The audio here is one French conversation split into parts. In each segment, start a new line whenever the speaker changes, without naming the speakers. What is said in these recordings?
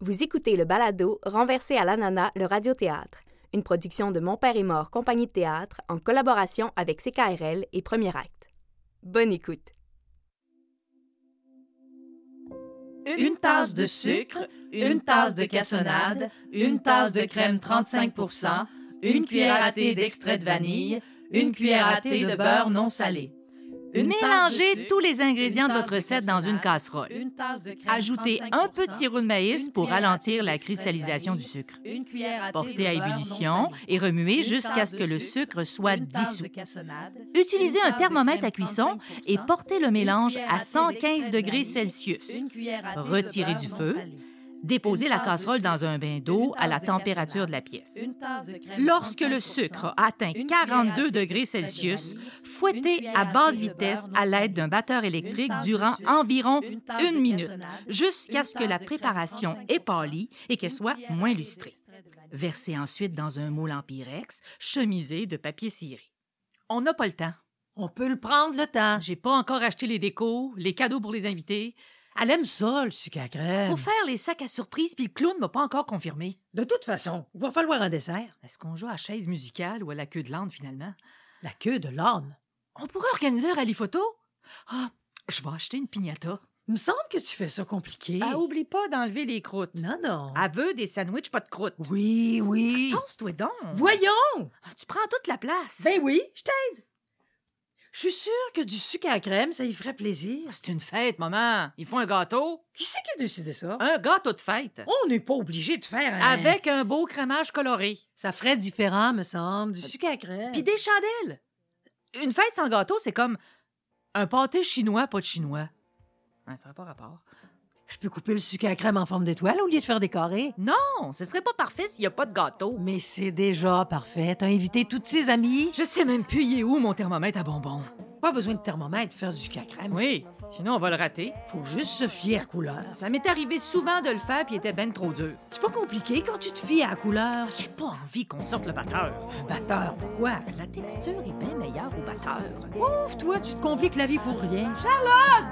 Vous écoutez le balado Renversé à l'ananas, le radiothéâtre, une production de Mon Père est mort, compagnie de théâtre, en collaboration avec CKRL et Premier Acte. Bonne écoute.
une tasse de sucre, une tasse de cassonade, une tasse de crème 35 une cuillère à thé d'extrait de vanille, une cuillère à thé de beurre non salé. Une tasse de
Mélangez
sucre,
tous les ingrédients
une
de votre
tasse de
recette dans une
cassonade,
casserole.
une tasse de crème
Ajoutez
35%,
un peu de sirop de maïs
une
pour
cuillère à
ralentir
thé
la
d'extrait de
cristallisation du
vanille,
sucre.
une cuillère à thé
Portez
de
à
beurre non
ébullition
salé,
et remuez
une
jusqu'à
tasse
ce
de
que le
sucre,
sucre soit
une tasse
dissous.
de cassonade,
Utilisez
une
un
tasse de
thermomètre à
crème
cuisson
35%,
et portez le
une
mélange
cuillère à
à
thé
115
d'extrait de
degrés
vanille,
Celsius.
une cuillère à thé de
Retirez
beurre
du
non
feu,
salé,
Déposez
une
la
tasse de
casserole
sucre,
dans un bain
une
d'eau à
tasse
la
de
température
cassonade,
de la pièce.
une tasse de crème
Lorsque le
35%,
sucre a atteint
une cuillère à thé
42 degrés
d'extrait de
Celsius,
vanille,
fouettez
cuillère à
à
thé
basse
de beurre
vitesse
non
à
salé,
l'aide d'un batteur électrique
tasse de
durant
sucre,
environ
une tasse de
une minute,
cassonade,
jusqu'à ce
une
que
tasse
la
de crème
préparation
35%,
épalie et qu'elle
une
soit
cuillère à
moins
thé
lustrée.
d'extrait de vanille.
Versez ensuite dans un moule en pyrex, chemisé de papier ciré. On n'a pas le temps.
On peut le prendre le temps.
J'ai pas encore acheté les décos, les cadeaux pour les invités.
Elle aime ça, le sucre à crème.
Faut faire les sacs à surprise, puis le clown m'a pas encore confirmé.
De toute façon, il va falloir un dessert.
Est-ce qu'on joue à chaise musicale ou à la queue de l'âne finalement?
La queue de l'âne.
On pourrait organiser un rallye photo? Ah, je vais acheter une piñata.
Il me semble que tu fais ça compliqué.
Ah, oublie pas d'enlever les croûtes.
Non, non.
Aveu des sandwichs, pas de croûte.
Oui, oui.
Pense-toi donc.
Voyons!
Ah, Tu prends toute la place.
Ben oui, je t'aide. Je suis sûre que du sucre à crème, ça y ferait plaisir.
C'est une fête, maman. Ils font un gâteau.
Qui c'est qui a décidé ça?
Un gâteau de fête.
On n'est pas obligé de faire un...
Avec un beau crémage coloré.
Ça ferait différent, me semble, du sucre à crème.
Euh, Puis des chandelles. Une fête sans gâteau, c'est comme un pâté chinois, pas de chinois. Hein, ça n'a pas rapport.
Je peux couper le sucre à crème en forme d'étoile au lieu de faire décorer.
Non, ce serait pas parfait s'il n'y a pas de gâteau.
Mais c'est déjà parfait. T'as invité toutes ses amies.
Je sais même plus il est où mon thermomètre à bonbons.
Pas besoin de thermomètre pour faire du sucre à crème.
Oui, sinon on va le rater.
Faut juste se fier à couleur.
Ça m'est arrivé souvent de le faire puis il était ben trop dur.
C'est pas compliqué quand tu te fies à la couleur.
J'ai pas envie qu'on sorte le batteur.
Un batteur, pourquoi?
La texture est bien meilleure au batteur.
Ouf, toi, tu te compliques la vie pour rien.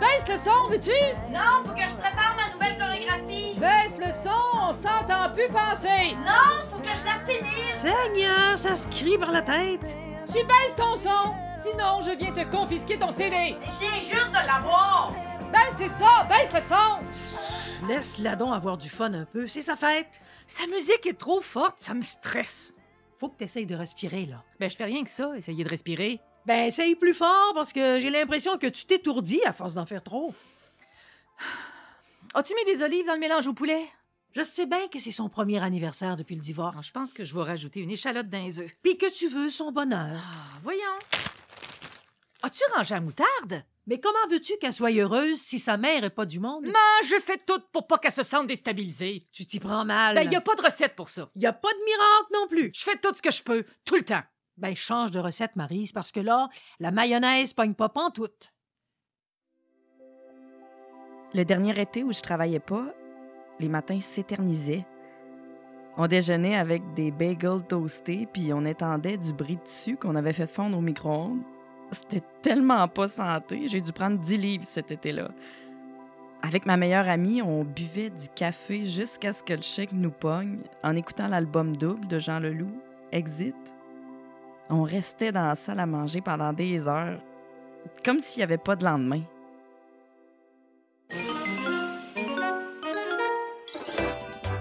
Baisse le son, veux-tu?
Non, faut que je prépare ma nouvelle chorégraphie.
Baisse le son, on s'entend plus penser.
Non, faut que je la finisse.
Seigneur, ça se crie par la tête.
Tu baisses ton son, sinon je viens te confisquer ton CD.
J'ai juste de l'avoir.
Baisse c'est ça, baisse le son.
Laisse Ladon avoir du fun un peu, c'est sa fête.
Sa musique est trop forte, ça me stresse.
Faut que t'essayes de respirer, là.
Ben, je fais rien que ça, essayer de respirer.
Ben, essaye plus fort parce que j'ai l'impression que tu t'étourdis à force d'en faire trop.
As-tu mis des olives dans le mélange au poulet?
Je sais bien que c'est son premier anniversaire depuis le
Non, je
divorce.
pense que je vais rajouter une échalote dans les œufs.
Puis que tu veux son bonheur.
Ah, voyons. As-tu rangé la moutarde?
Mais comment veux-tu qu'elle soit heureuse si sa mère est pas du monde?
Ah, je fais tout pour pas qu'elle se sente déstabilisée.
Tu t'y prends mal.
Ben, y a pas de recette pour ça.
y a pas de miracle non plus.
Je fais tout ce que je peux, tout le temps.
Ben, change de recette, Marise, parce que là, la mayonnaise pogne pas pantoute.
Le dernier été où je travaillais pas, les matins s'éternisaient. On déjeunait avec des bagels toastés, puis on étendait du brie dessus qu'on avait fait fondre au micro-ondes. C'était tellement pas santé, j'ai dû prendre 10 livres cet été-là. Avec ma meilleure amie, on buvait du café jusqu'à ce que le chèque nous pogne en écoutant l'album double de Jean Leloup, Exit. On restait dans la salle à manger pendant des heures, comme s'il n'y avait pas de lendemain.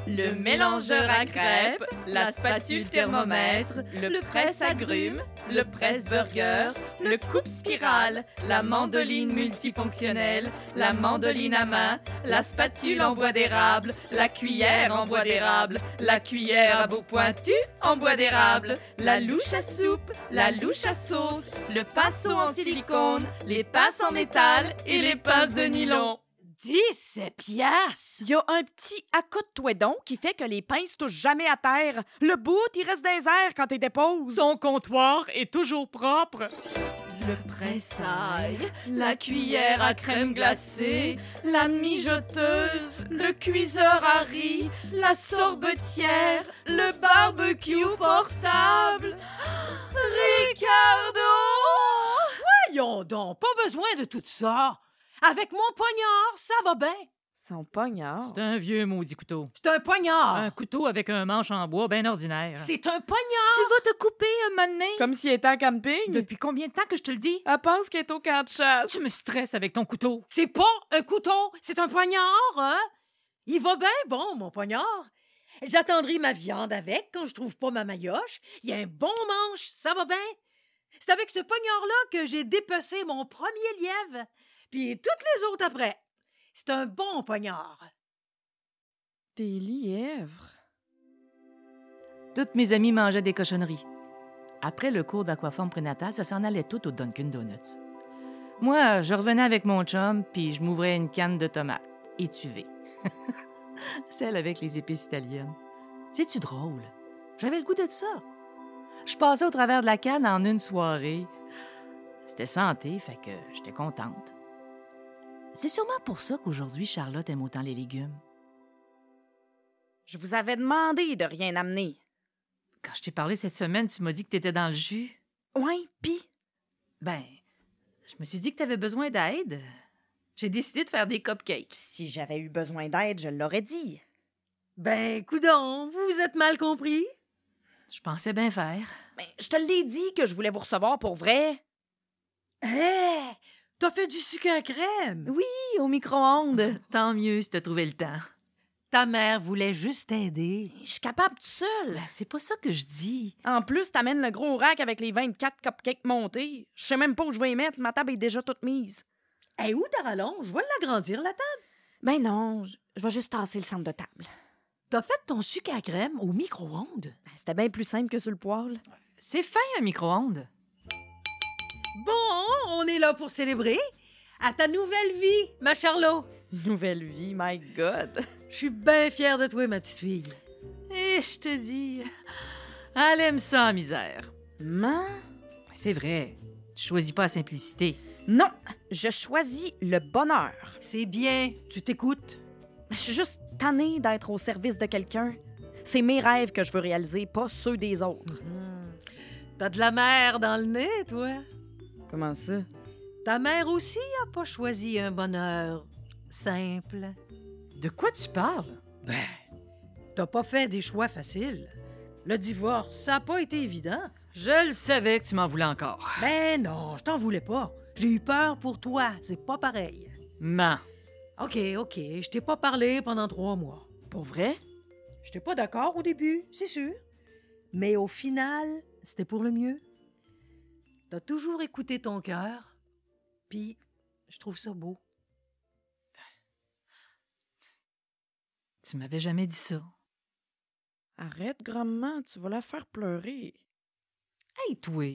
Le mélangeur à crêpes, la spatule thermomètre, le presse agrumes, le presse burger, le coupe spirale, la mandoline multifonctionnelle, la mandoline à main, la spatule en bois d'érable, la cuillère en bois d'érable, la cuillère à bout pointu en bois d'érable, la louche à soupe, la louche à sauce, le pinceau en silicone, les pinces en métal et les pinces de nylon.
17 piastres!
Il y a un petit accote-toi donc qui fait que les pinces touchent jamais à terre. Le bout, il reste dans les airs quand t'es déposes.
Son comptoir est toujours propre.
Le pressail, la cuillère à crème glacée, la mijoteuse, le cuiseur à riz, la sorbetière, le barbecue portable. Ricardo!
Voyons donc, pas besoin de tout ça. Avec mon poignard, ça va bien.
Son poignard.
C'est un vieux maudit couteau.
C'est un poignard.
Un couteau avec un manche en bois bien ordinaire.
C'est un poignard.
Tu vas te couper un moment donné?
Comme s'il était en camping.
Depuis combien de temps que je te le dis?
Elle pense qu'elle est au camp de chasse.
Tu me stresses avec ton couteau.
C'est pas un couteau, c'est un poignard. hein? Il va bien bon, mon poignard. J'attendrai ma viande avec quand je trouve pas ma maillotche. Il y a un bon manche, ça va bien. C'est avec ce poignard-là que j'ai dépecé mon premier lièvre, puis toutes les autres après. C'est un bon poignard.
Des lièvres.
Toutes mes amies mangeaient des cochonneries. Après le cours d'aquaforme prénatale, ça s'en allait tout au Dunkin' Donuts. Moi, je revenais avec mon chum, puis je m'ouvrais une canne de tomates étuvée. Celle avec les épices italiennes. C'est-tu drôle? J'avais le goût de ça. Je passais au travers de la canne en une soirée. C'était santé, fait que j'étais contente. C'est sûrement pour ça qu'aujourd'hui Charlotte aime autant les légumes.
Je vous avais demandé de rien amener.
Quand je t'ai parlé cette semaine, tu m'as dit que t'étais dans le jus.
Ouais, pis
Ben, je me suis dit que t'avais besoin d'aide. J'ai décidé de faire des cupcakes.
si j'avais eu besoin d'aide, je l'aurais dit.
Ben, coudon, vous vous êtes mal compris.
Je pensais bien faire.
Mais je te l'ai dit que je voulais vous recevoir pour vrai.
Hé, Eh! t'as fait du sucre à crème.
Oui, au micro-ondes.
Tant mieux si t'as trouvé le temps.
Ta mère voulait juste t'aider.
Je suis capable toute seule.
Ben, c'est pas ça que je dis.
En plus, t'amènes le gros rack avec les 24 cupcakes montés. Je sais même pas où je vais y mettre, ma table est déjà toute mise.
Hé, Eh, où ta rallonge? Je vais l'agrandir, la table.
Ben non, je je vais juste tasser le centre de table.
T'as fait ton sucre à crème au micro-ondes.
Ben, C'était bien plus simple que sur le poêle.
C'est fin un micro-ondes.
Bon, on est là pour célébrer. À ta nouvelle vie, ma Charlot.
Nouvelle vie, my God.
Je suis bien fière de toi, ma petite fille.
Et Eh, je te dis, elle aime ça, en misère.
Ma?
C'est vrai. Tu choisis pas la simplicité.
Non, je choisis le bonheur.
C'est bien, tu t'écoutes.
Je suis juste tannée d'être au service de quelqu'un. C'est mes rêves que je veux réaliser, pas ceux des autres.
Hmm. T'as de la mère dans le nez, toi.
Comment ça?
Ta mère aussi a pas choisi un bonheur simple.
De quoi tu parles?
Ben, t'as pas fait des choix faciles. Le divorce, ça a pas été évident.
Je le savais que tu m'en voulais encore.
Ben non, je t'en voulais pas. J'ai eu peur pour toi, c'est pas pareil.
Man.
OK, OK, je t'ai pas parlé pendant trois mois.
Pour vrai?
J'étais pas d'accord au début, c'est sûr. Mais au final, c'était pour le mieux. T'as toujours écouté ton cœur, puis je trouve ça beau.
Tu m'avais jamais dit ça.
Arrête, grandement, tu vas la faire pleurer.
Hey, toi.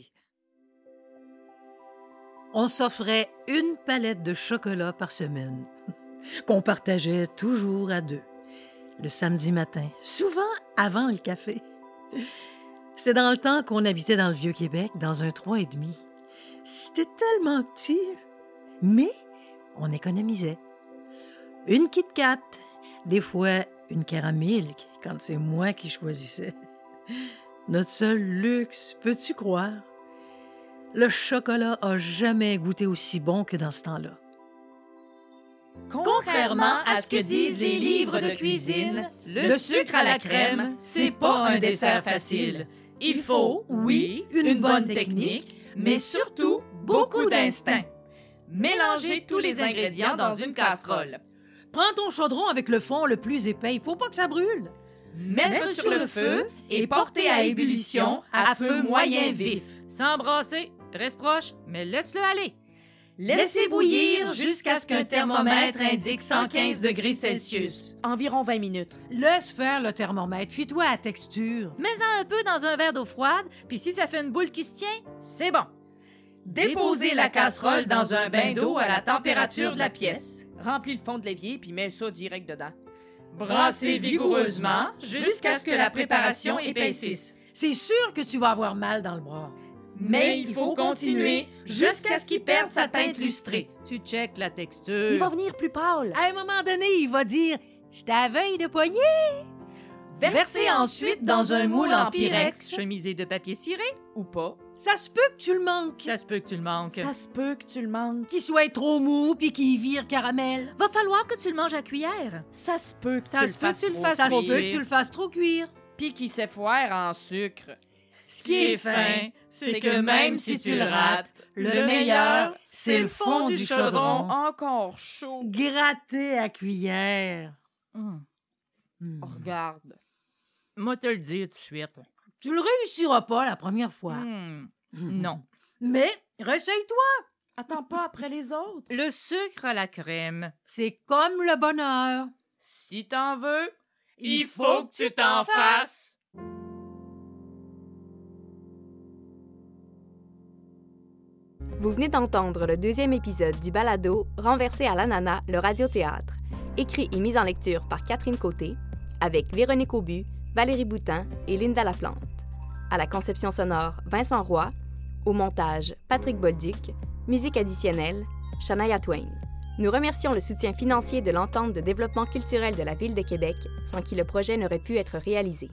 On s'offrait une palette de chocolat par semaine, qu'on partageait toujours à deux, le samedi matin, souvent avant le café. C'est dans le temps qu'on habitait dans le Vieux-Québec, dans un trois et demi. C'était tellement petit, mais on économisait. Une Kit Kat, des fois une caramilk, quand c'est moi qui choisissais. Notre seul luxe, peux-tu croire? Le chocolat a jamais goûté aussi bon que dans ce temps-là.
Contrairement à ce que disent les livres de cuisine, le sucre à la crème, c'est pas un dessert facile. Il faut, oui, une bonne technique, mais surtout beaucoup d'instinct. Mélangez tous les ingrédients dans une casserole.
Prends ton chaudron avec le fond le plus épais, il faut pas que ça brûle.
Mettre sur le feu et porter à ébullition à feu moyen vif.
S'embrasser, reste proche, mais laisse-le aller.
Laissez bouillir jusqu'à ce qu'un thermomètre indique 115 degrés Celsius.
Environ 20 minutes.
Laisse faire le thermomètre, fie-toi à la texture.
Mets-en un peu dans un verre d'eau froide, puis si ça fait une boule qui se tient, c'est bon.
Déposez la casserole dans un bain d'eau à la température de la pièce.
Remplis le fond de l'évier puis mets ça direct dedans.
Brassez vigoureusement jusqu'à ce que la préparation épaississe.
C'est sûr que tu vas avoir mal dans le bras.
Mais il faut continuer jusqu'à ce qu'il perde sa teinte lustrée.
Tu checkes la texture.
Il va venir plus pâle.
À un moment donné, il va dire Je t'aveugle de poignée. Versez ensuite dans un moule en pyrex.
chemisé de papier ciré
Ou pas.
Ça se peut que tu le manques.
Ça se peut que tu le manques.
Ça se peut que tu le manques.
Qu'il soit trop mou puis qu'il vire caramel.
Va falloir que tu le manges à cuillère.
Ça se peut que
Ça
tu
se
le
peut
fasses
que tu le
trop.
fasses
Ça se
trop
peut que
cuire.
tu le fasses trop cuire.
Puis qu'il s'effoire en sucre.
Ce qui est fin, c'est que même si tu le rates,
Le meilleur, c'est le fond du chaudron.
Encore chaud.
Gratté à cuillère.
Hum.
Oh, regarde.
Moi, te le dire tout de suite.
Tu le réussiras pas la première fois.
Hum. Non.
Mais, réessaye-toi.
Attends pas après les autres.
Le sucre à la crème.
C'est comme le bonheur.
Si t'en veux,
Il faut que tu t'en fasses.
Vous venez d'entendre le deuxième épisode du balado Renversé à l'ananas, le radiothéâtre, écrit et mis en lecture par Catherine Côté, avec Véronique Aubu, Valérie Boutin et Linda Laplante. À la conception sonore, Vincent Roy. Au montage, Patrick Bolduc. Musique additionnelle, Shania Twain. Nous remercions le soutien financier de l'Entente de développement culturel de la Ville de Québec, sans qui le projet n'aurait pu être réalisé.